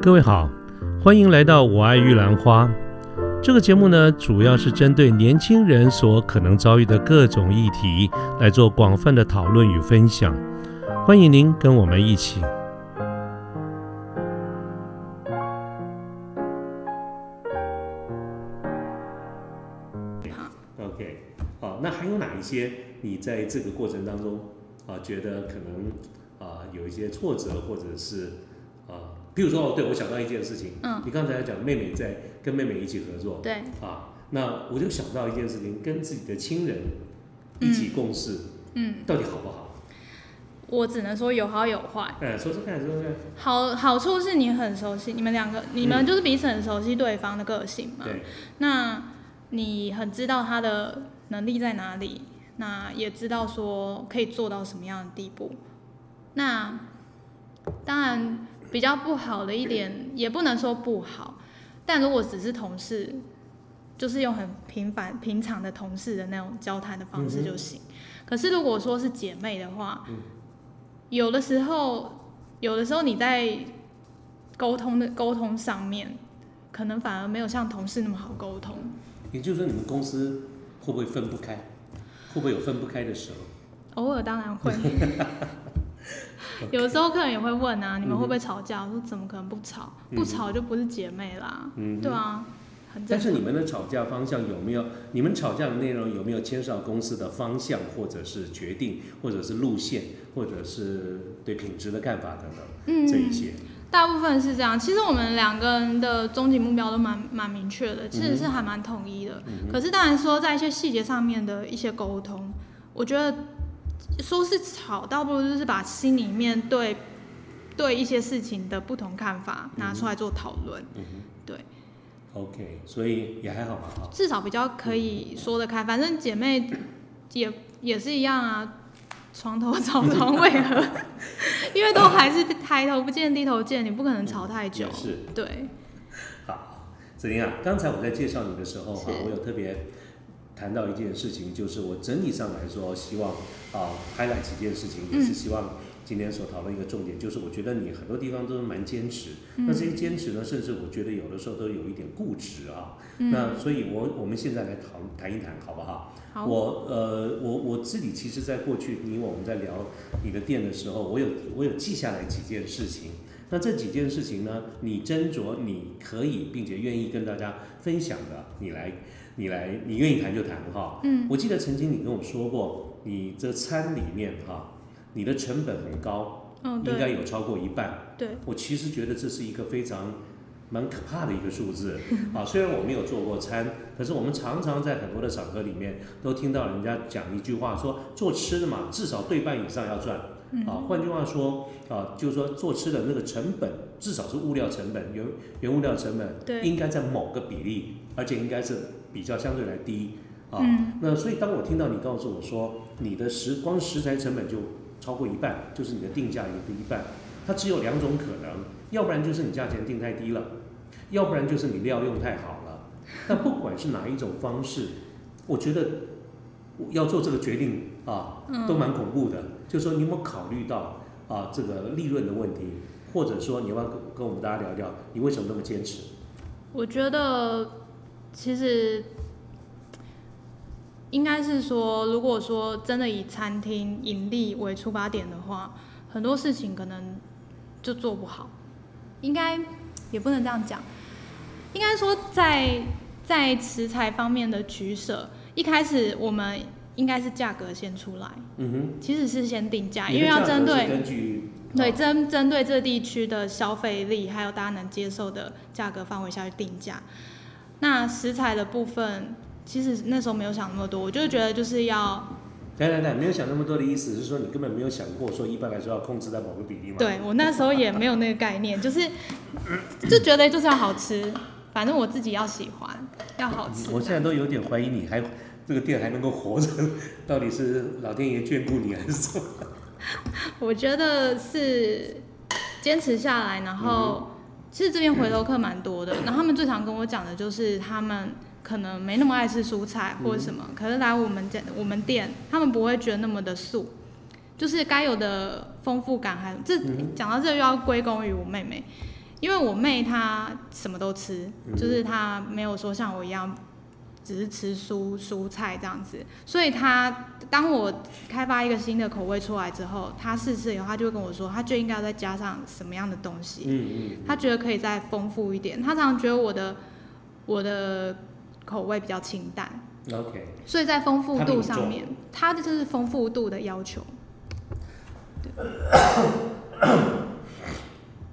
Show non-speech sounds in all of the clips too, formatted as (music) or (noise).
各位好，欢迎来到《我爱玉兰花》这个节目呢，主要是针对年轻人所可能遭遇的各种议题来做广泛的讨论与分享。欢迎您跟我们一起。OK，好，那还有哪一些你在这个过程当中啊，觉得可能啊有一些挫折，或者是啊，譬如说，哦，对我想到一件事情，嗯，你刚才讲妹妹在跟妹妹一起合作，对，啊，那我就想到一件事情，跟自己的亲人一起共事，嗯，到底好不好？我只能说有好有坏。哎，说说看，说说看，好好处是你很熟悉，你们两个，你们就是彼此很熟悉对方的个性嘛。对，那你很知道他的能力在哪里，那也知道说可以做到什么样的地步。那当然比较不好的一点，也不能说不好，但如果只是同事，就是用很平凡平常的同事的那种交谈的方式就行。可是如果说是姐妹的话，嗯有的时候，有的时候你在沟通的沟通上面，可能反而没有像同事那么好 (laughs) 沟通。也就是说，你们公司会不会分不开？会不会有分不开的时候？偶尔当 (laughs) 然会，有时候客人也会问嗯啊，你们会不会吵架？我说怎么可能不吵？不吵就不是姐妹啦，嗯对啊，很正但常是。你们的吵架方向有没有？你们吵架的内容有没有牵涉到公司的方向，或者是决定，或者是路线，或者是对品质的看法等等、嗯这一些？大部分是这样。其实我们两个人的终极目标都蛮蛮明确嗯的，其实是还蛮统一的。可是当然说在一些细节上面的一些沟通，我觉得说是吵，倒不如就是把心里面对对一些事情的不同看法拿出来做讨论，嗯对。哼，OK，所以也还好吧，哈。至少比较可以说得开。反正 (coughs) 姐妹也也是一样啊，床头吵床尾 (laughs) 和，因为都还是抬头不见低头见，你不可能吵太久也。是。对，好，子玲啊，刚才我在介绍你的时候哈、是我有特别谈到一件事情，就是我整体上来说，希望啊 highlight 几件事情，也是希望今天所讨论一个重点，就是我觉得你很多地方都是蛮坚持，那这些坚持呢，甚至我觉得有的时候都有一点固执啊。那所以我我们现在来谈谈一谈，好不好？好，我呃，我我自己其实，在过去你我们在聊你的店的时候，我有我有记下来几件事情。那这几件事情呢，你斟酌你可以并且愿意跟大家分享的，你来你来你愿意谈就谈哈。嗯，我记得曾经你跟我说过，你这餐里面哈，你的成本很高，嗯，应该对，有超过一半。对，我其实觉得这是一个非常蛮可怕的一个数字啊。虽然我没有做过餐，可是我们常常在很多的场合里面都听到人家讲一句话说，做吃的嘛，至少对半以上要赚。啊，换句话说，啊，就是说做吃的那个成本，至少是物料成本、原原物料成本，对应该在某个比例，而且应该是比较相对来低啊。嗯那所以当我听到你告诉我说，你的食光食材成本就超过一半，就是你的定价也一半，它只有两种可能，要不然就是你价钱定太低了，要不然就是你料用太好了。但不管是哪一种方式，我觉得我要做这个决定啊，嗯都蛮恐怖的。就是说，你有没有考虑到啊这个利润的问题，或者说你要不要跟跟我们大家聊一聊，你为什么那么坚持？我觉得其实应该是说，如果说真的以餐厅盈利为出发点的话，很多事情可能就做不好。应该也不能这样讲，应该说在在食材方面的取舍，一开始我们应该是价格先出来，嗯其实是先定价，哼，因为要针你的价格对是根据啊对，针针对这地区的消费力，还有大家能接受的价格范围下去定价。那食材的部分，其实那时候没有想那么多，我就觉得就是要来来来，没有想那么多的意思是说你根本没有想过说一般来说要控制在某个比例嘛？对我那时候也没有那个概念，就是就觉得就是要好吃，反正我自己要喜欢，要好吃。嗯我现在都有点怀疑你还这个店还能够活着，到底是老天爷眷顾你还是什 (laughs) 么？ (laughs) 我觉得是坚持下来，然后其实这边回头客蛮多的，然后他们最常跟我讲的就是他们可能没那么爱吃蔬菜或者什么，可是来我们家我们店，他们不会觉得那么的素，就是该有的丰富感还这讲到这又要归功于我妹妹，因为我妹她什么都吃，就是她没有说像我一样只是吃蔬蔬菜这样子，所以她当我开发一个新的口味出来之后，她试吃以后，她就会跟我说，她就应该再加上什么样的东西，嗯嗯，她觉得可以再丰富一点。她常常觉得我的我的口味比较清淡，嗯，OK，所以在丰富它比度你上重面，它这是丰富度的要求。对，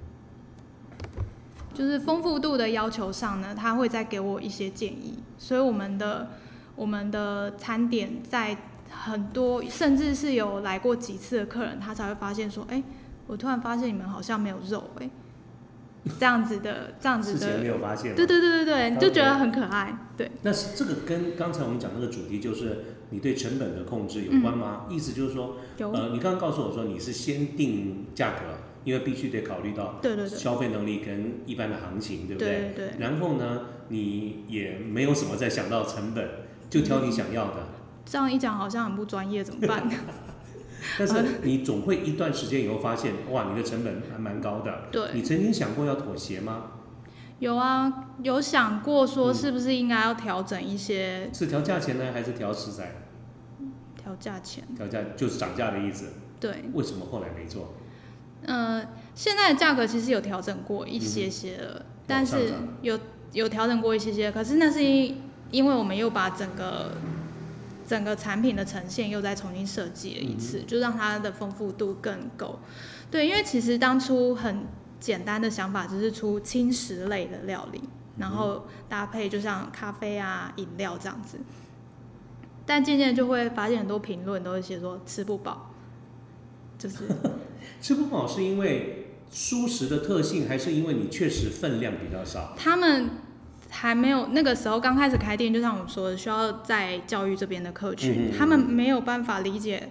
就是丰富度的要求上呢，他会再给我一些建议，所以我们的我们的餐点在很多，甚至是有来过几次的客人，他才会发现说，哎、我突然发现你们好像没有肉、哎，这样子的，这样子之的前没，有发现吗，对对对对对，就觉得 OK 很可爱，对。那是这个跟刚才我们讲那个主题就是你对成本的控制有关吗？意思就是说，嗯有，呃，你刚刚告诉我说你是先定价格，因为必须得考虑到对对对，消费能力跟一般的行情，对不对？对对，然后呢，你也没有什么再想到成本，就挑你想要 (laughs) 的。这样一讲好像很不专业，怎么 (laughs) 办？但是你总会一段时间以后发现，哇，你的成本还蛮高的。对，你曾经想过要妥协吗？有啊，有想过说嗯是不是应该要调整一些是调价钱呢，还是调食材？调价钱？调价就是涨价的意思。对，为什么后来没做？呃，现在的价格其实有调整过一些些了，但往嗯是上涨有有调整过一些些，可是那是因因为我们又把整个整个产品的呈现又再重新设计了一次，嗯就让它的丰富度更够。对，因为其实当初很简单的想法就是出轻食类的料嗯理，然后搭配就像咖啡啊、饮料这样子。但渐渐就会发现很多评论都会写说吃不饱，就是吃不饱是因为蔬食的特性，还是因为你确实分量比较少？他们还没有那个时候刚开始开店，就像我们说的，需要在教育这边的客群，嗯嗯嗯他们没有办法理解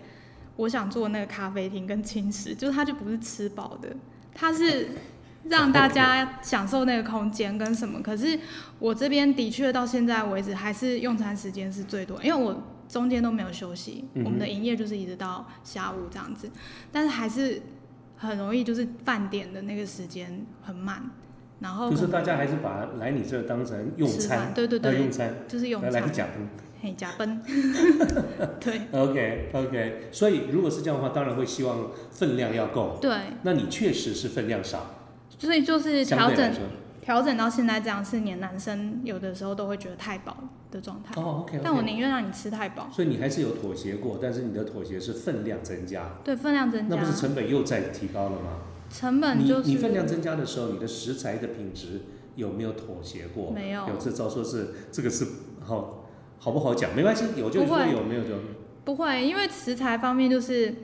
我想做那个咖啡厅跟轻食，就是它就不是吃饱的，它是让大家享受那个空间跟什么。可是我这边的确到现在为止还是用餐时间是最多，因为我。中间都没有休息，嗯哼我们的营业就是一直到下午这样子，但是还是很容易就是饭点的那个时间很满，然后就是可能大家还是把来你这当成用吃餐饭，对对呃用对，餐，就是用来来餐，讲。嘿，加 (laughs) 分，对 OK OK，所以如果是这样的话，当然会希望分量要够。对，那你确实是分量少，所以就是相调对来整说。调整到现在这样，是连男生有的时候都会觉得太饱的状态，哦，OK，, o k 但我宁愿让你吃太饱，所以你还是有妥协过，但是你的妥协是分量增加，对分量增那加不，是成本又再提高了吗？成本就你你分是量增加的时候，你的食材的品质有没有妥协过？没有这招说是这个是好好不好讲？没关系，有就不说会有，没有就不会，因为食材方面就是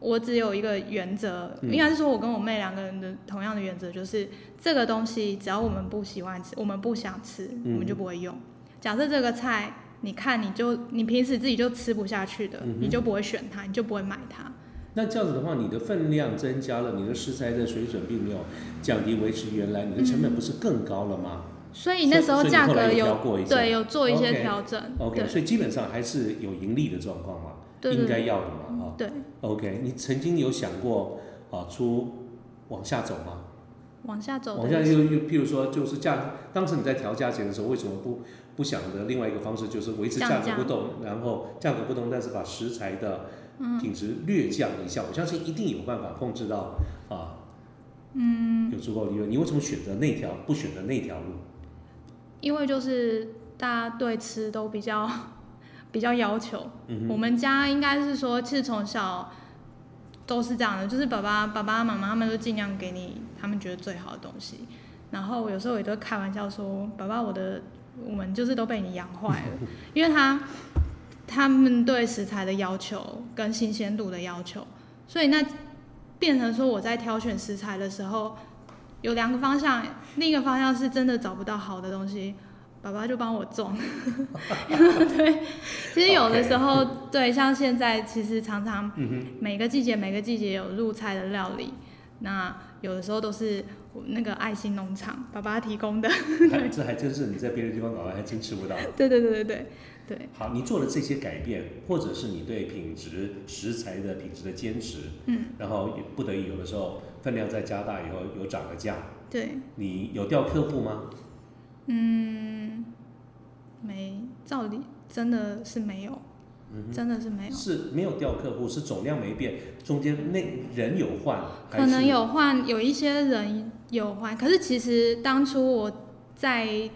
我只有一个原则，嗯应该是说我跟我妹两个人的同样的原则，就是这个东西只要我们不喜欢吃，我们不想吃，嗯我们就不会用。假设这个菜，你看你就你平时自己就吃不下去的，嗯哼你就不会选它，你就不会买它。那这样子的话，你的分量增加了，你的食材的水准并没有降低，维持原来，你的成本不是更高了吗？所以那时候所以价所以格你后来有有调过一下对有做一些 OK，调整 OK，所以基本上还是有盈利的状况嘛，对对嗯应该对要的嘛，哈、对， OK，你曾经有想过啊出往下走吗？往下走往的下就是又又譬如说就是价，当时你在调价钱的时候，为什么不不想的另外一个方式就是维持价降价格不动，然后价格不动，但是把食材的品质略降一下，我相信一定有办法控制到啊，嗯，有足够利润。你为什么选择那条不选择那 (laughs) 条路？因为就是大家对吃都比较比较要求。嗯我们家应该是说，其实从小都是这样的，就是爸爸、爸爸妈妈他们都尽量给你他们觉得最好的东西。然后我有时候也都会开玩笑说，爸爸，我的我们就是都被你养坏了， (laughs) 因为他他们对食材的要求跟新鲜度的要求，所以那变成说我在挑选食材的时候，有两个方向，另一个方向是真的找不到好的东西，爸爸就帮我种。 (laughs) 对，其实有的时候对，像现在其实常常每个季节每个季节有入菜的料理，那有的时候都是我那个爱心农场爸爸提供的。 (laughs) 还这还真是你在别的地方搞的，还真吃不到。对对对对对对，好，你做了这些改变，或者是你对品质、食材的品质的坚持，嗯，然后也不得已有的时候分量再加大以后有涨了价，对，你有掉客户吗？嗯，没，照理真的是没有，嗯真的是没有，是没有掉客户，是总量没变，中间那人有换，还可能是有换，有一些人有换，可是其实当初我在，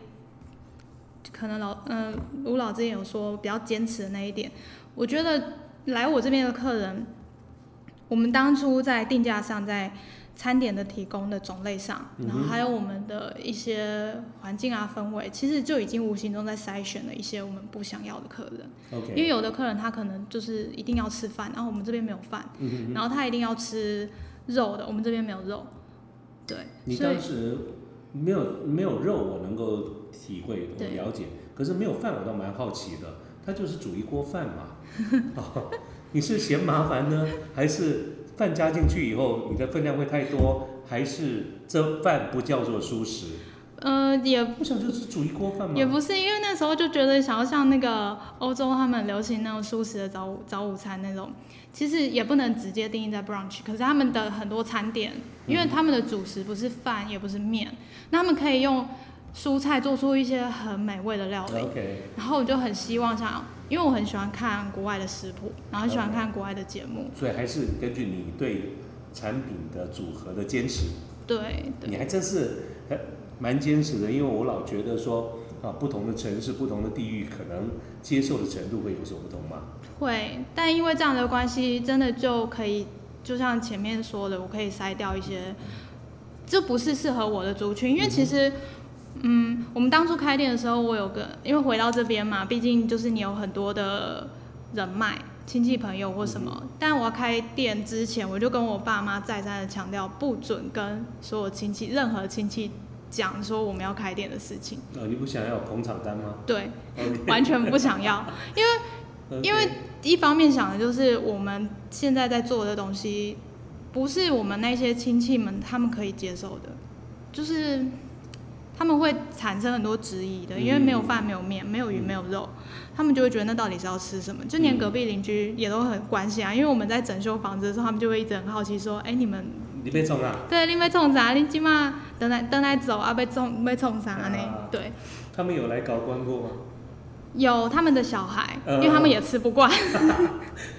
可能老嗯、吴老之前有说比较坚持的那一点，我觉得来我这边的客人，我们当初在定价上，在餐点的提供的种类上，然嗯后哼还有我们的一些环境啊氛围，其实就已经无形中在筛选了一些我们不想要的客人，因 OK，为有的客人他可能就是一定要吃饭，然后我们这边没有饭。嗯哼然后他一定要吃肉的，我们这边没有肉。对，你所以当时没有没有肉，我能够体会我对了解，可是没有饭我倒蛮好奇的，他就是煮一锅饭 (laughs) 嘛，哦，你是嫌麻烦呢，还是饭加进去以后你的分量会太多，还是这饭不叫做舒适？呃也我想就是煮一锅饭嘛，也不是，因为那时候就觉得想要像那个欧洲他们流行那种素食的早午早午餐那种，其实也不能直接定义在 brunch，可是他们的很多餐点，因嗯为他们的主食不是饭也不是面，那他们可以用蔬菜做出一些很美味的料理。 OK，然后我就很希望想，因为我很喜欢看国外的食谱，然后很喜欢 OK 看国外的节目，所以还是根据你对产品的组合的坚持。对对你还真是呃蛮坚持的，因为我老觉得说啊，不同的城市、不同的地域，可能接受的程度会有所不同嘛。会，但因为这样的关系，真的就可以，就像前面说的，我可以筛掉一些，这不是适合我的族群。因为其实，嗯，我们当初开店的时候，我有个，因为回到这边嘛，毕竟就是你有很多的人脉、亲戚朋友或什么。但我要开店之前，我就跟我爸妈再三的强调，不准跟所有亲戚、任何亲戚讲说我们要开店的事情。呃，你不想要有捧场单吗？对，呃完全不想要。因为一方面想的就是我们现在在做的东西，不是我们那些亲戚们他们可以接受的，就是他们会产生很多质疑的，嗯因为没有饭、没有面、没有鱼、没有肉，他们就会觉得那到底是要吃什么？就连隔壁邻居也都很关心啊，因为我们在整修房子的时候，他们就会一直很好奇说：“哎，你们你被中了。对，你们冲啥？你今嘛等来等来走啊？被冲被冲啥呢啊？”对，他们有来搞关过吗？ (laughs) 有他们的小孩，因嗯为他们也吃不惯。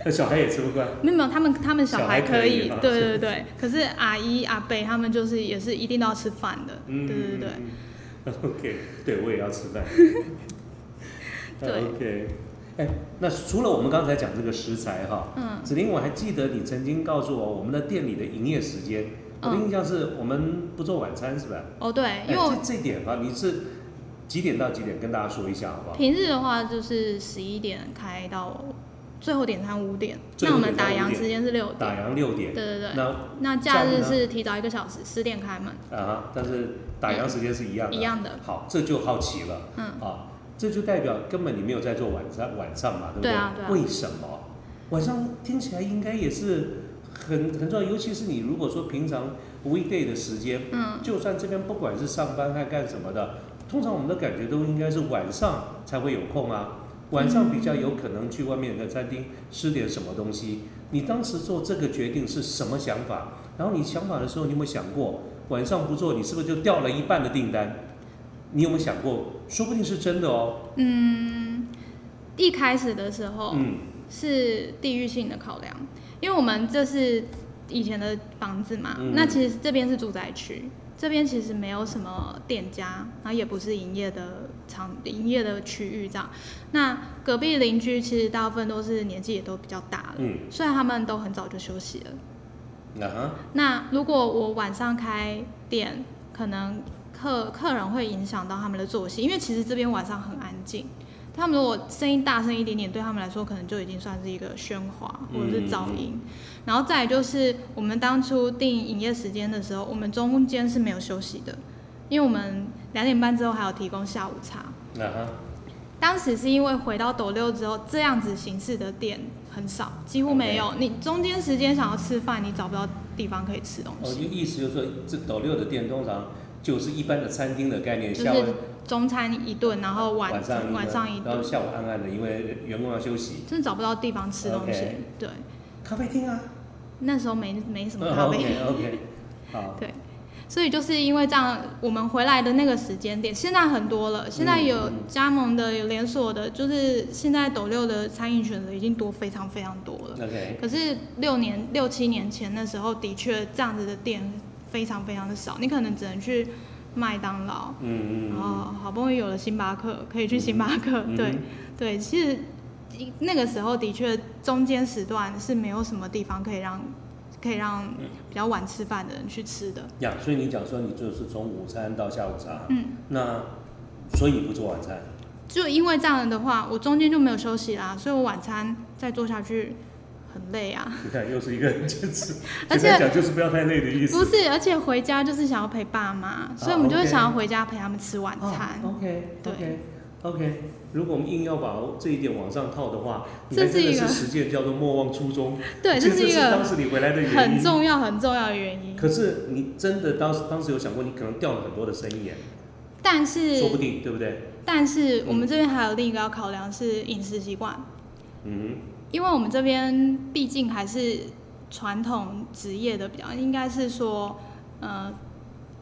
那小孩也吃不惯。没有没有，他们他们小小孩孩可可以以嘛，对对对。可是阿姨阿伯他们就是也是一定都要吃饭的，对嗯，对对。对。OK，对 (laughs) 我也要吃饭。 (laughs) 呃对 OK，哎，那除了我们刚才讲这个食材哈，嗯，子玲，我还记得你曾经告诉我，我们的店里的营业时间，我的嗯印象是我们不做晚餐是吧？哦对哎，，因为我这这点啊，你是几点到几点跟大家说一下好不好？平日的话就是十一点开到最后点餐五点，最那后我们点餐5打烊点时间是六打点，烊六点，对对对。那那假假日日呢是提早一个小时，十点开门，啊，但是打烊时间是一样的，嗯一样的。好，这就好奇了嗯，啊，这就代表根本你没有在做晚上晚上嘛，对不对啊对啊为什么晚上听起来应该也是很很重要，尤其是你如果说平常 weekday 的时间，嗯，就算这边不管是上班还干什么的，通常我们的感觉都应该是晚上才会有空啊，晚上比较有可能去外面的餐厅吃点什么东西。你当时做这个决定是什么想法？然后你想法的时候，你有没有想过晚上不做，你是不是就掉了一半的订单？你有没有想过，说不定是真的哦？嗯，一开始的时候，嗯是地域性的考量，因为我们这是以前的房子嘛，嗯那其实这边是住宅区，这边其实没有什么店家，然后也不是营业的场营业的区域这样。那隔壁邻居其实大部分都是年纪也都比较大了，嗯，虽然他们都很早就休息了。啊哈，那如果我晚上开店，可能客客人会影响到他们的作息，因为其实这边晚上很安静。他们如果声音大声一点点，对他们来说可能就已经算是一个喧哗或者是噪音。然后再来就是我们当初定营业时间的时候，我们中间是没有休息的，因为我们两点半之后还有提供下午茶。啊哈，当时是因为回到斗六之后，这样子形式的店很少，几乎没有。你中间时间想要吃饭，你找不到地方可以吃东哦，就西，意思就是说，这斗六的店通常就是一般的餐厅的概念，就下午是中餐一顿，然后晚上一晚上一然后顿，下午暗暗的，因为员工要休息。真的找不到地方吃东西。 OK 对，咖啡厅啊，那时候没没什么咖啡， OK 嗯 OK，好， (laughs) 对，所以就是因为这样，我们回来的那个时间点，现在很多了。现在有加盟的、有连锁的，就是现在斗六的餐饮选择已经多非常非常多了。 OK，可是六年、六七年前那时候，的确这样子的店非常非常的少，你可能只能去麦当劳，嗯嗯然嗯，后哦好不容易有了星巴克，可以去星巴克。嗯对对，其实一那个时候的确中间时段是没有什么地方可以让可以让比较晚吃饭的人去吃的。呀，所以你讲说你就是从午餐到下午茶，嗯，那所以不做晚餐，就因为这样的话，我中间就没有休息啦，所以我晚餐再做下去很累啊。你看又是一个 (laughs) 就是，而且简单讲就是不要太累的意思，哦不是，而且回家就是想要陪爸妈，所以我们就会 OK 哦想要回家陪他们吃晚餐。 o k 对 OK OK，如果我们硬要把这一点往上套的话，你这还是真的一个是实践叫做莫忘初衷， (laughs) 对，这是一当个时你回来的原很因。重要很重要的原因。可是你真的当时当时有想过，你可能掉了很多的生意耶，但说不是，定对不对？但是嗯我们这边还有另一个要考量是饮食习惯，嗯因为我们这边毕竟还是传统职业的比较，应该是说，呃，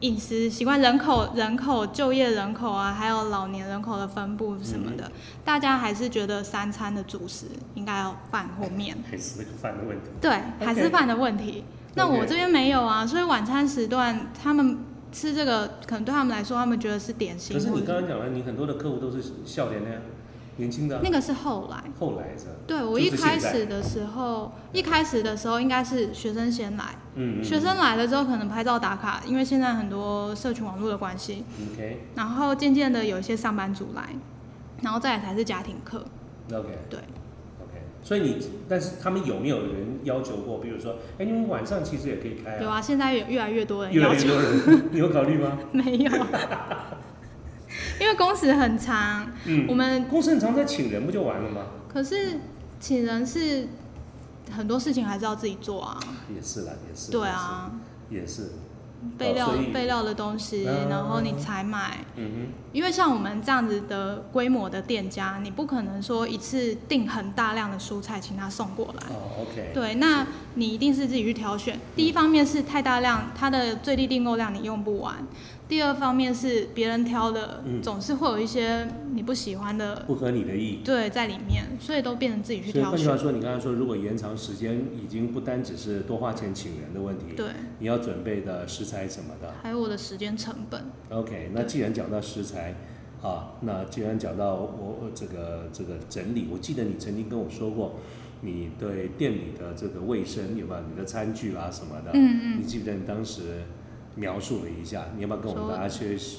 饮食习惯、人口、人口、就业人口啊，还有老年人口的分布什么的，大家还是觉得三餐的主食应该要饭或面。哼，还是那个饭的问题。对，还是饭的问题。那我这边没有啊，所以晚餐时段他们吃这个，可能对他们来说，他们觉得是点心可是或你者刚是。刚讲了，你很多的客户都是笑脸的呀，年轻的啊、那个是后来，后来是吧，对我就是一开现在始的时候，一开始的时候应该是学生先来，嗯，嗯学生来了之后可能拍照打卡，因为现在很多社群网络的关系， ，OK 然后渐渐的有一些上班族来，然后再来才是家庭课， OK 对， OK，所以你，但是他们有没有人要求过？比如说，哎，你们晚上其实也可以开有啊，啊，现在有越来越多人越要来求越。多人， (laughs) 你有考虑吗？(laughs) 没有，因为工时很长。嗯我们公司很常在请人，不就完了吗？可是请人是很多事情还是要自己做啊。也是啦，也是，对，啊，也是，哦备料所以备料的东西，嗯然后你采买。嗯因为像我们这样子的规模的店家，你不可能说一次订很大量的蔬菜请他送过来哼，。哦，OK，对，那你一定是自己去挑选。第一方面是太大量，它的最低订购量你用不完；第二方面是别人挑的，嗯总是会有一些你不喜欢的不合你的意。对在里面，所以都变成自己去所以挑换句话选。说，你刚才说，如果延长时间，已经不单只是多花钱请人的问题，对，你要准备的食材什么的。还有我的时间成本。 OK，那既然讲到食材啊，那既然讲到我我这个这个整理，我记得你曾经跟我说过，你对店里的这个卫生有没有你的餐具啦什么的，嗯你记不记得你当时描述了一下？你要不要跟我们说大家学习？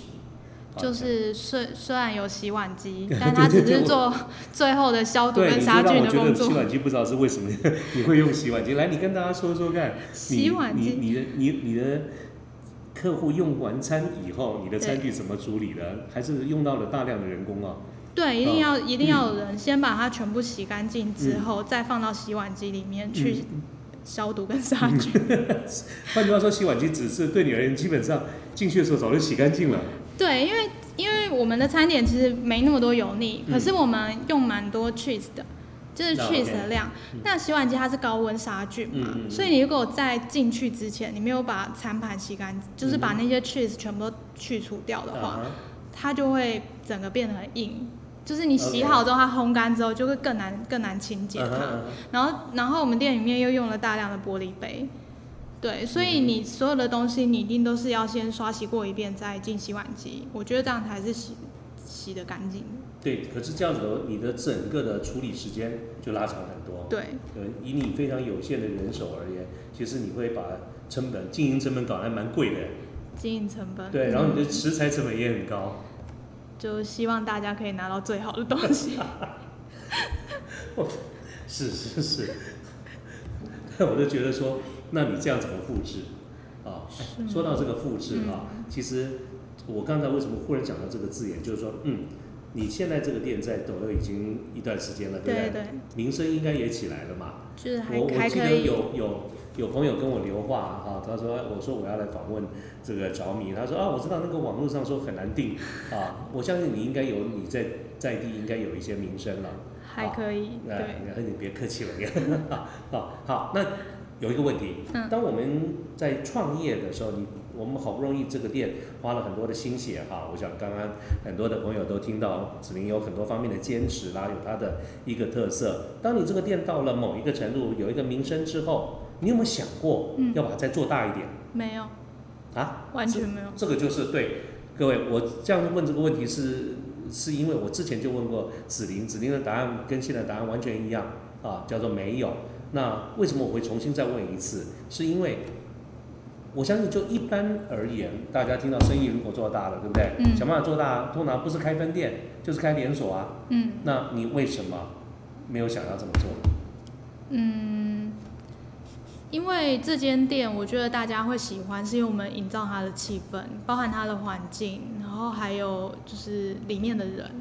啊，嗯，就是虽虽然有洗碗机 (laughs) 但它只对对是对做最后的消毒对，跟你就杀让菌我的觉工得洗作。碗机不知道是为什么 (laughs) 你会用洗碗机。来，你跟大家说说看，你洗碗机，你你的你你的客户用完餐以后，你的餐具怎么处理的？还是用到了大量的人工啊？对，一定要一定要有人先把它全部洗干嗯净之后，再放到洗碗机里面去消毒跟杀菌。嗯换句话说，洗碗机只是对你而言，基本上进去的时候早就洗干净了。 (laughs) 对，因为因为我们的餐点其实没那么多油腻，嗯可是我们用蛮多 cheese 的，就是那 cheese OK 嗯的量。那洗碗机它是高温杀菌嘛，嗯嗯嗯所以你如果在进去之前你没有把餐盘洗干嗯净，就是把那些 cheese 全部都去除掉的话，啊它就会整个变得很硬。就是你 OK 洗好之后，它烘干之后就会更难更难清洁哈它。啊哈然后，然后我们店里面又用了大量的玻璃杯，对，所以你所有的东西你一定都是要先刷洗过一遍再进洗碗机，我觉得这样才是洗洗的干净的。对，可是这样子的，你的整个的处理时间就拉长很多。对，呃，以你非常有限的人手而言，其实你会把成本、经营成本搞得还蛮贵的。经营成本。对，然后你嗯的食材成本也很高。就希望大家可以拿到最好的东西。是是是， (laughs) 那我就觉得说，那你这样怎么复制啊？哎说到这个复制啊，嗯其实我刚才为什么忽然讲到这个字眼，就是说，嗯，你现在这个店在斗六已经一段时间了， (laughs) 对不对对？对，名声应该也起来了嘛。就是还我我还记可得以。有有有朋友跟我留话啊，他说我说我要来访问这个着迷，他说啊我知道那个网络上说很难定啊，我相信你应该有你在在地应该有一些名声了。还可以，哎对，，你别客气了，你 (laughs) 好好好。那有一个问题，嗯当我们在创业的时候，你我我们好不容易这个店花了很多的心血哈，我想刚刚很多的朋友都听到子玲有很多方面的坚持啦，有她的一个特色。当你这个店到了某一个程度，有一个名声之后，你有没有想过嗯要把它再做大一点、没有，啊？完全没有。这个就是对各位，我这样问这个问题是是因为我之前就问过子玲，子玲的答案跟现在答案完全一样啊，叫做没有。那为什么我会重新再问一次？是因为我相信就一般而言，大家听到生意如果做大了，对不对？嗯想办法做大，通常不是开分店就是开连锁啊。嗯那你为什么没有想要这么做？嗯，因为这间店我觉得大家会喜欢，是因为我们营造它的气氛，包含它的环境，然后还有就是里面的人。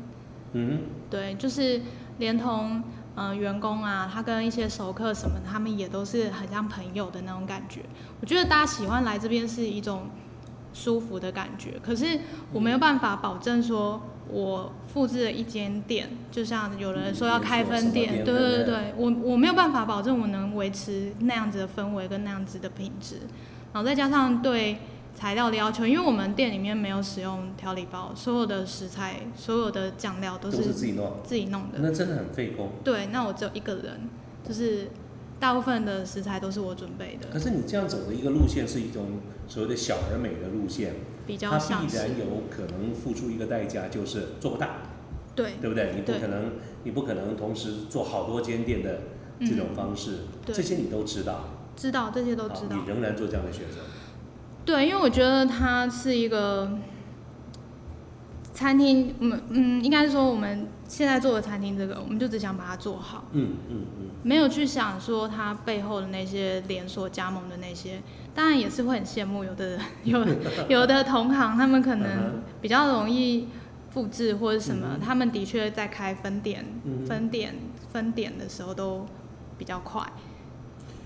嗯，对，就是连同嗯、呃员工啊，他跟一些熟客什么的，他们也都是很像朋友的那种感觉。我觉得大家喜欢来这边是一种舒服的感觉，可是我没有办法保证说。我复制了一间店，就像有人说要开分嗯店，连锁对什么店对对不对对，我我没有办法保证我能维持那样子的氛围跟那样子的品质，然后再加上对材料的要求，因为我们店里面没有使用调理包，所有的食材、所有的酱料都都是是自己弄，自己弄的。那真的很费工。对，那我只有一个人，就是大部分的食材都是我准备可的，是你这样走的一个路线是一种所谓的小而美的路线。比较它像必然是有可能付出一个代价，就是做不大，对对不对？你不哎对可能，你不可能同时做好多间店的这种方式，嗯对这些你都知道，知道这些都好知道哦你。仍然做这样的选择，对，因为我觉得它是一个餐厅，我们嗯，应该是说我们现在做的餐厅这个，我们就只想把它做好，嗯嗯嗯，没有去想说它背后的那些连锁加盟的那些。当然也是会很羡慕有的人， (laughs) 有有的同行，他们可嗯能比较容易复制或者什么，嗯哼他们的确在开分店嗯、分店、分店的时候都比较快。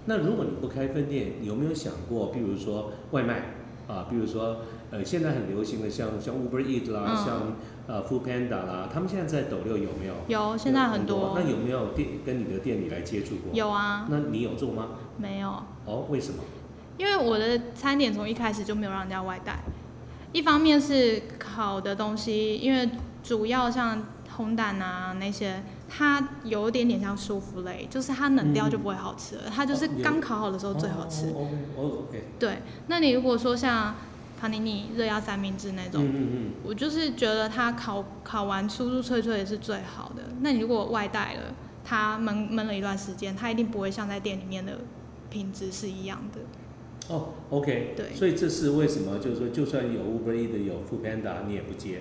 那如果你不开分店，有没有想过，比如说外卖啊，比如说呃，现在很流行的像像 Uber Eat 啦，嗯像呃 Food Panda 啦，他们现在在抖六有没有？有现在很有那有没有店跟你的店里来接触过？有啊，那你有做吗？没有，哦，为什么？因为我的餐点从一开始就没有让人家外带。一方面是烤的东西，因为主要像烘蛋啊那些，它有一点点像舒芙蕾，就是它冷掉就不会好吃了，它就是嗯哦有刚烤好的时候最好吃。哦哦，OK，对，那你如果说像帕尼尼热压三明治那种，嗯嗯嗯。我就是觉得它烤烤完酥酥脆脆的是最好的。那你如果外带了，它焖焖了一段时间，它一定不会像在店里面的品质是一样的。哦，OK，对所以这是为什么？就是说，就算有 Uber E 的有 Food Panda，你也不接。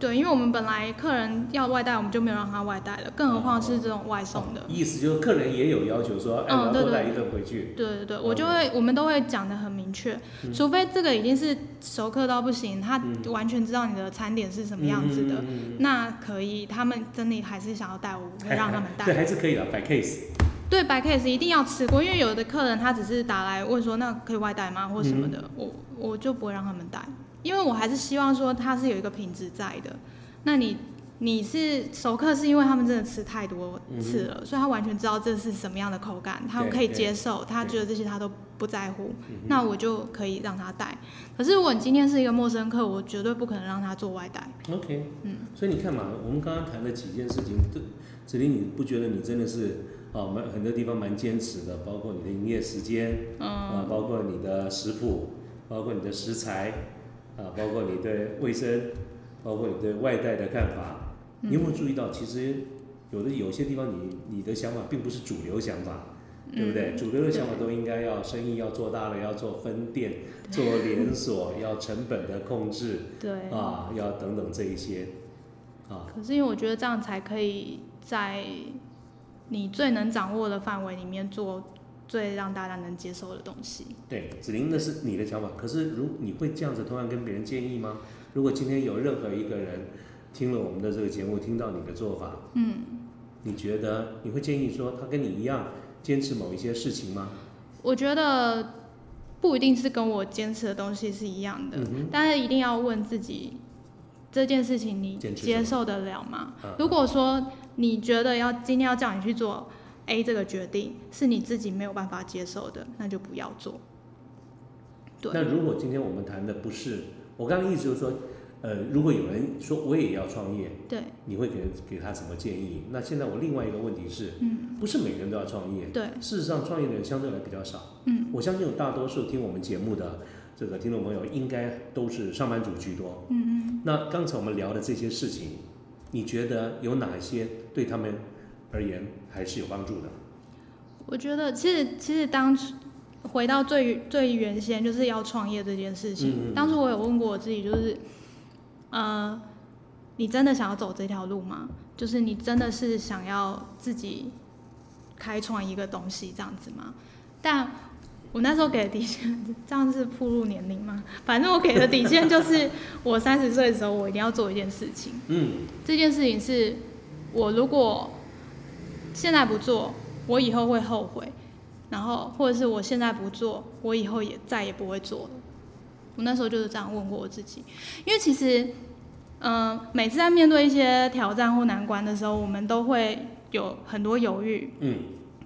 对，因为我们本来客人要外带，我们就没有让他外带了，更何况是这种外送的。意思就是客人也有要求说，哎，嗯我要对多带对一份回去。对对对，我就会，我们都会讲的很明确，哦嗯除非这个已经是熟客到不行，他嗯完全知道你的餐点是什么样子的，嗯嗯嗯嗯那可以，他们真的还是想要带我，我嗯会 (laughs) 让他们对，带。还是可以的，摆 case。对，白 case 一定要吃过，因为有的客人他只是打来问说那可以外带吗或什么的，嗯我我就不会让他们带，因为我还是希望说它是有一个品质在的。那你你是熟客，是因为他们真的吃太多次了，所以他完全知道这是什么样的口感，他对可以嗯对接受，他对觉得这些他都不在乎，嗯那我就可以让他带。可是如果你今天是一个陌生客，我绝对不可能让他做外带。 OK，嗯，所以你看嘛，我们刚刚谈了几件事情，对，子玲，你不觉得你真的是哦，蛮很多地方蛮坚持的，包括你的营业时间，啊、嗯，包括你的食谱，包括你的食材，啊，包括你对卫生，包括你对外带的看法，嗯你有没有注意到，其实有的有些地方你你的想法并不是主流想法，嗯对不对？主流的想法都应该要生意要做大了，要做分店，做连 (laughs) 锁，要成本的控制对。啊，要等等这一些啊，可是因为我觉得这样才可以在你最能掌握的范围里面做最让大家能接受的东西。对，子玲那是你的想法，可是如你会这样子同样跟别人建议吗？如果今天有任何一个人听了我们的这个节目，听到你的做法，嗯，你觉得你会建议说他跟你一样坚持某一些事情吗？我觉得不一定是跟我坚持的东西是一样的，嗯哼，但是一定要问自己这件事情你坚持接受得了吗？啊如果说你觉得要今天要叫你去做 A 这个决定是你自己没有办法接受的，那就不要做。对那如果今天我们谈的不是，我刚刚意思就是说，呃，如果有人说我也要创业，对你会给给他什么建议？那现在我另外一个问题是，嗯，不是每个人都要创业，对，事实上创业的人相对来比较少，嗯，我相信有大多数听我们节目的这个听众朋友应该都是上班族居多，嗯嗯，那刚才我们聊的这些事情，你觉得有哪一些对他们而言还是有帮助的？我觉得其实其实当初回到最最原先就是要创业这件事嗯情，嗯嗯当初我有问过我自己，就是呃，你真的想要走这条路吗？就是你真的是想要自己开创一个东西这样子吗？但我那时候给的底线， (laughs) 这样是步入年龄吗？反正我给的底线就是，我三十岁的时候，我一定要做一件事情。嗯这件事情是我如果现在不做，我以后会后悔，然后或者是我现在不做，我以后也再也不会做了。我那时候就是这样问过我自己，因为其实，嗯、每次在面对一些挑战或难关的时候，我们都会有很多犹豫。嗯，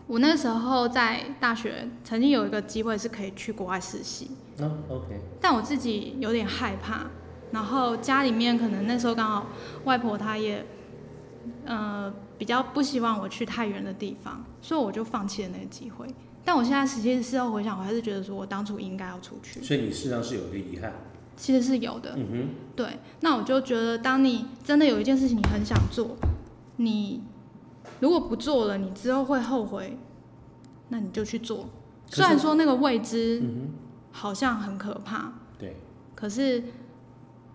我那时候在大学曾经有一个机会是可以去国外实习，那、OK，嗯哦但我自己有点害怕，然后家里面可能那时候刚好外婆她也，呃，比较不希望我去太远的地方，所以我就放弃了那个机会。但我现在实际事后回想，我还是觉得说我当初应该要出去，所以你事实上是有一个遗憾，其实是有的。嗯哼，对，那我就觉得，当你真的有一件事情你很想做，你如果不做了，你之后会后悔，那你就去做。可是虽然说那个未知嗯好像很可怕，哼，对。可是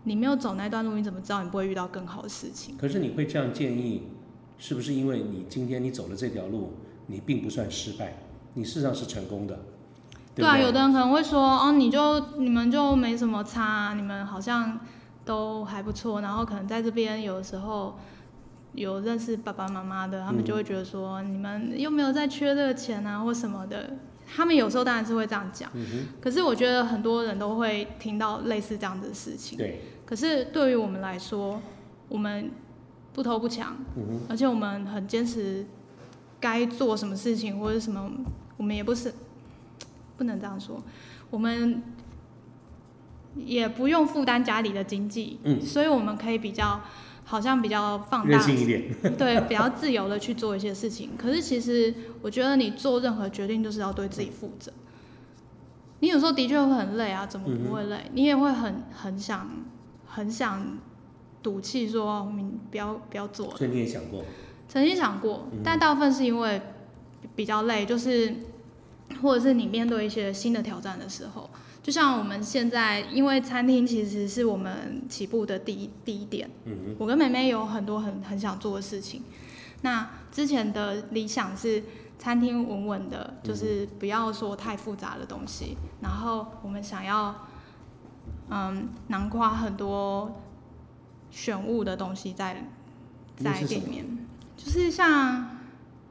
你没有走那段路，你怎么知道你不会遇到更好的事情？可是你会这样建议，是不是因为你今天你走了这条路，你并不算失败，你事实上是成功的，对不对？啊，有的人可能会说，哦，你就你们就没什么差啊、你们好像都还不错，然后可能在这边有时候。有认识爸爸妈妈的，他们就会觉得说、你们又没有在缺这个钱啊，或什么的。他们有时候当然是会这样嗯讲，可是我觉得很多人都会听到类似这样的事情。对，可是对于我们来说，我们不偷不抢，而且我们很坚持该做什么事情或者什么，我们也不是不能这样说，我们也不用负担家里的经济，嗯所以我们可以比较好像比较放任大，性一点，对，比较自由的去做一些事情。可是其实我觉得你做任何决定都是要对自己负责。你有时候的确会很累啊，怎么不会累？你也会很很想很想赌气说，我们不要不要做了。所以你也想过，曾经想过，但大部分是因为比较累，就是或者是你面对一些新的挑战的时候，就像我们现在，因为餐厅其实是我们起步的第一第一点。嗯我跟妹妹有很多很很想做的事情。那之前的理想是餐厅稳稳的，嗯就是不要说太复杂的东西。然后我们想要，嗯，囊括很多选物的东西在那在是什里么面，就是像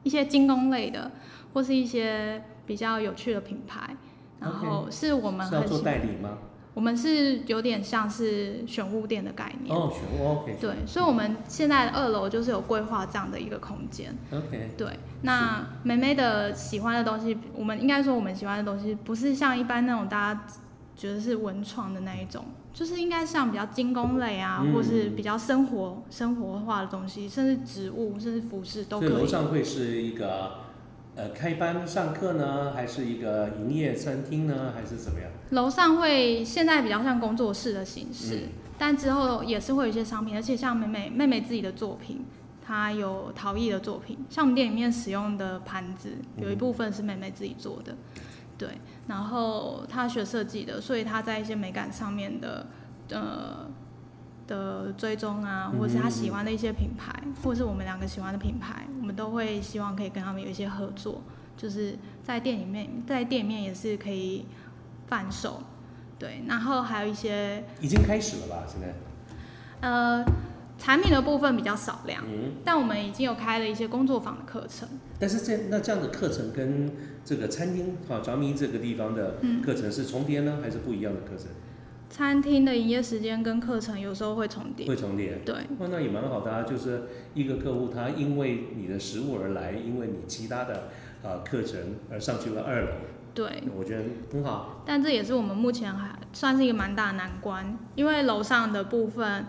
一些精工类的，或是一些比较有趣的品牌。然 OK 后是我们哼，是要很做喜，代理吗？我们是有点像是选物店的概念。哦，选 OK 对，所以我们现在的二楼就是有规划这样的一个空间。 OK，对，那梅梅的喜欢的东西，我们应该说我们喜欢的东西，不是像一般那种大家觉得是文创的那一种，就是应该像比较精工类啊，嗯或是比较生活生活化的东西，甚至植物，甚至服饰都所可以楼以。上会是一个呃开班上课呢，还是一个营业餐厅呢，还是怎么样？楼上会现在比较像工作室的形式，嗯但之后也是会有一些商品，而且像妹妹妹妹自己的作品，她有陶艺的作品，像我们店里面使用的盘子，嗯有一部分是妹妹自己做的，对，然后她学设计的，所以她在一些美感上面的呃的追踪啊，嗯或者是她喜欢的一些品牌，或者是我们两个喜欢的品牌，我们都会希望可以跟他们有一些合作，就是在店里面，在店里面也是可以贩售。对，然后还有一些已经开始了吧？现在，呃，产品的部分比较少量，嗯，但我们已经有开了一些工作坊的课程。但是这那这样的课程跟这个餐厅啊，着迷这个地方的嗯课程是重叠呢，还是不一样的课程？餐厅的营业时间跟课程有时候会重叠，会重叠。对哇，那也蛮好的啊，就是一个客户他因为你的食物而来，因为你其他的呃课程而上去了二楼，对，我觉得很好。但这也是我们目前还算是一个蛮大的难关，因为楼上的部分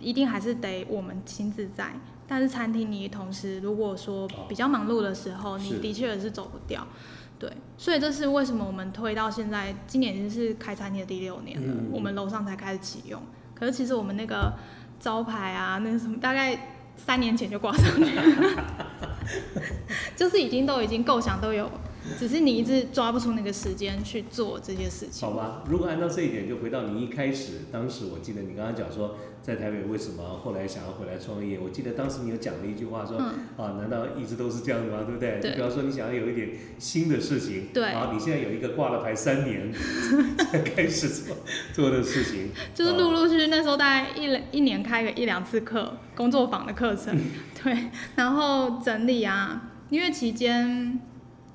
一定还是得我们亲自在，但是餐厅你同时如果说比较忙碌的时候，哦你是的确是走不掉。对，所以这是为什么我们推到现在，今年已经是开餐厅的第六年了，嗯我们楼上才开始启用。可是其实我们那个招牌啊，那个什么，大概三年前就挂上去了， (laughs) 就是已经都已经构想都有，只是你一直抓不出那个时间去做这些事情好。吧，如果按照这一点，就回到你一开始，当时我记得你刚刚讲说，在台北为什么后来想要回来创业？我记得当时你有讲了一句话说，嗯，啊，难道一直都是这样的吗？对不对？对你比方说你想要有一点新的事情，对啊，你现在有一个挂了牌三 (laughs) 年才开始做做的事情，就是啊陆陆续续那时候大概一两一年开个一两次课，工作坊的课程， (laughs) 对，然后整理啊，因为期间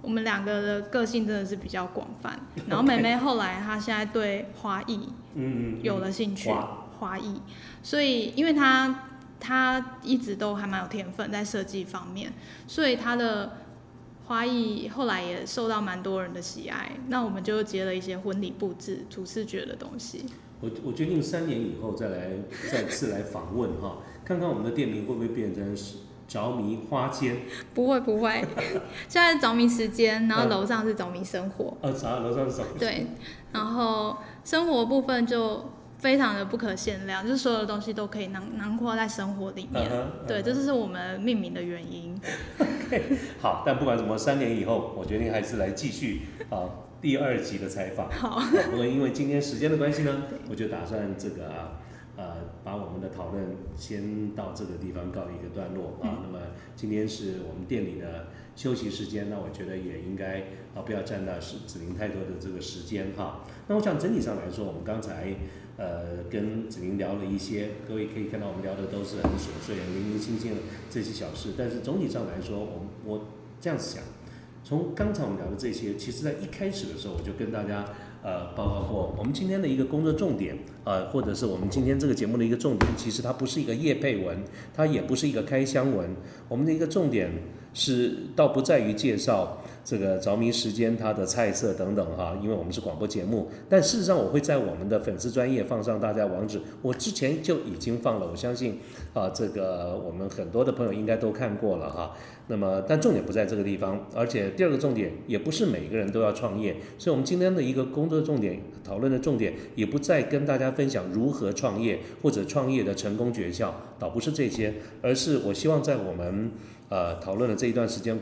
我们两个的个性真的是比较广泛，然后 OK 妹妹后来她现在对花艺嗯，嗯有了兴趣花，花艺，所以因为他他一直都还蛮有天分在设计方面，所以他的花艺后来也受到蛮多人的喜爱。那我们就接了一些婚礼布置、主视觉的东西。我我决定三年以后再来再次来访问哈，看看我们的店名会不会变成是着迷花间，不会不 (laughs) 会，现在着迷时间，然后嗯楼上是着迷生活，啊，啥楼上是什么？对，然后生活部分就非常的不可限量，就是所有的东西都可以囊囊括在生活里面。嗯哼对，嗯这就是我们命名的原因。 (laughs) 好，但不管怎么，三年以后，我决定还是来继续啊第二集的采访。好。啊不过因为今天时间的关系呢，我就打算这个啊呃把我们的讨论先到这个地方告一个段落啊。那么今天是我们店里的休息时间，那我觉得也应该啊不要占到是子玲太多的这个时间哈。那我想整体上来说，我们刚才。呃，跟子玲聊了一些，各位可以看到我们聊的都是很琐碎、很零零星星的这些小事，但是总体上来说，我们我这样想，从刚才我们聊的这些，其实在一开始的时候我就跟大家呃报告过，我们今天的一个工作重点，呃，或者是我们今天这个节目的一个重点，其实它不是一个业配文，它也不是一个开箱文，我们的一个重点是倒不在于介绍这个着迷时间它的菜色等等哈、因为我们是广播节目，但事实上我会在我们的粉丝专业放上大家网址，我之前就已经放了，我相信啊、这个我们很多的朋友应该都看过了哈、那么，但重点不在这个地方，而且第二个重点也不是每个人都要创业，所以我们今天的一个工作重点、讨论的重点，也不再跟大家分享如何创业或者创业的成功诀窍，倒不是这些，而是我希望在我们呃讨论的这一段时间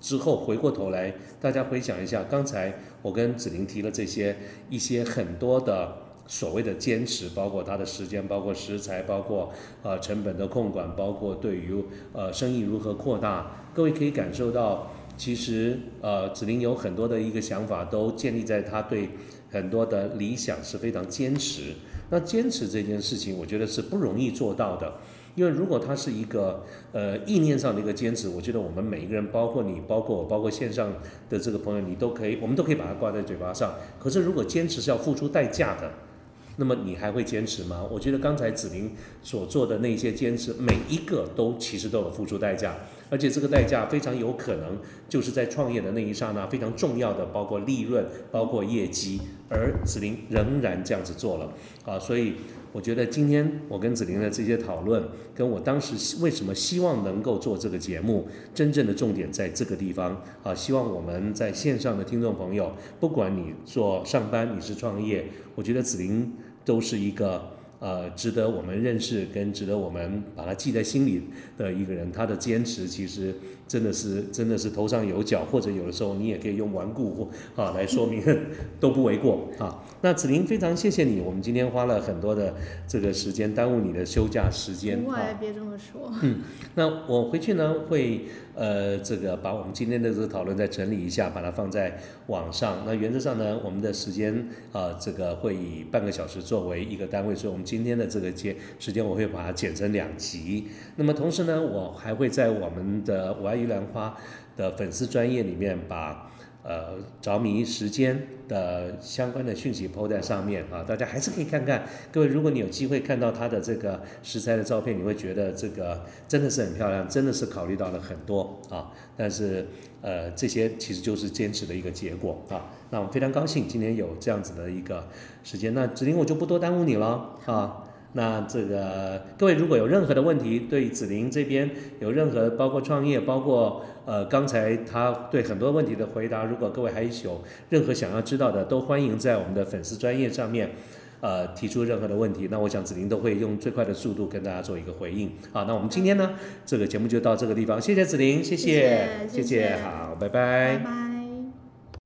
之后，回过头来，大家回想一下刚才我跟子玲提了这些一些很多的。所谓的坚持，包括他的时间，包括食材，包括呃成本的控管，包括对于呃生意如何扩大，各位可以感受到，其实呃子玲有很多的一个想法都建立在他对很多的理想是非常坚持。那坚持这件事情，我觉得是不容易做到的。因为如果它是一个呃意念上的一个坚持，我觉得我们每一个人，包括你，包括我，包括线上的这个朋友，你都可以，我们都可以把它挂在嘴巴上。可是如果坚持是要付出代价的，那么你还会坚持吗？我觉得刚才子玲所做的那些坚持，每一个都其实都有付出代价，而且这个代价非常有可能就是在创业的那一刹那非常重要的，包括利润，包括业绩。而子玲仍然这样子做了啊，所以我觉得今天我跟子玲的这些讨论，跟我当时为什么希望能够做这个节目，真正的重点在这个地方啊。希望我们在线上的听众朋友，不管你做上班，你是创业，我觉得子玲都是一个呃值得我们认识跟值得我们把它记在心里的一个人。他的坚持其实真的是真的是头上有角，或者有的时候你也可以用顽固 (laughs) 或啊来说明都不为过啊。那子玲非常谢谢你，我们今天花了很多的这个时间，耽误你的休假时间不啊会，。别这么说。那我回去呢会呃这个把我们今天的这个讨论再整理一下，把它放在网上。那原则上呢，我们的时间啊、呃这个会以半个小时作为一个单位，所以我们今天的这个节时间我会把它剪成两集。那么同时呢，我还会在我们的我爱玉兰花的粉丝专业里面把。呃着迷时间的相关的讯息抛在上面啊，大家还是可以看看。各位，如果你有机会看到它的这个食材的照片，你会觉得这个真的是很漂亮，真的是考虑到了很多啊。但是呃，这些其实就是坚持的一个结果啊。那我们非常高兴今天有这样子的一个时间，那子玲我就不多耽误你了啊。那这个各位如果有任何的问题，对子玲这边有任何包括创业，包括呃刚才他对很多问题的回答，如果各位还有任何想要知道的，都欢迎在我们的粉丝专业上面。呃，提出任何的问题，那我想子玲都会用最快的速度跟大家做一个回应。啊好，那我们今天呢，这个节目就到这个地方，谢谢子玲，谢谢谢谢谢谢好，拜拜拜。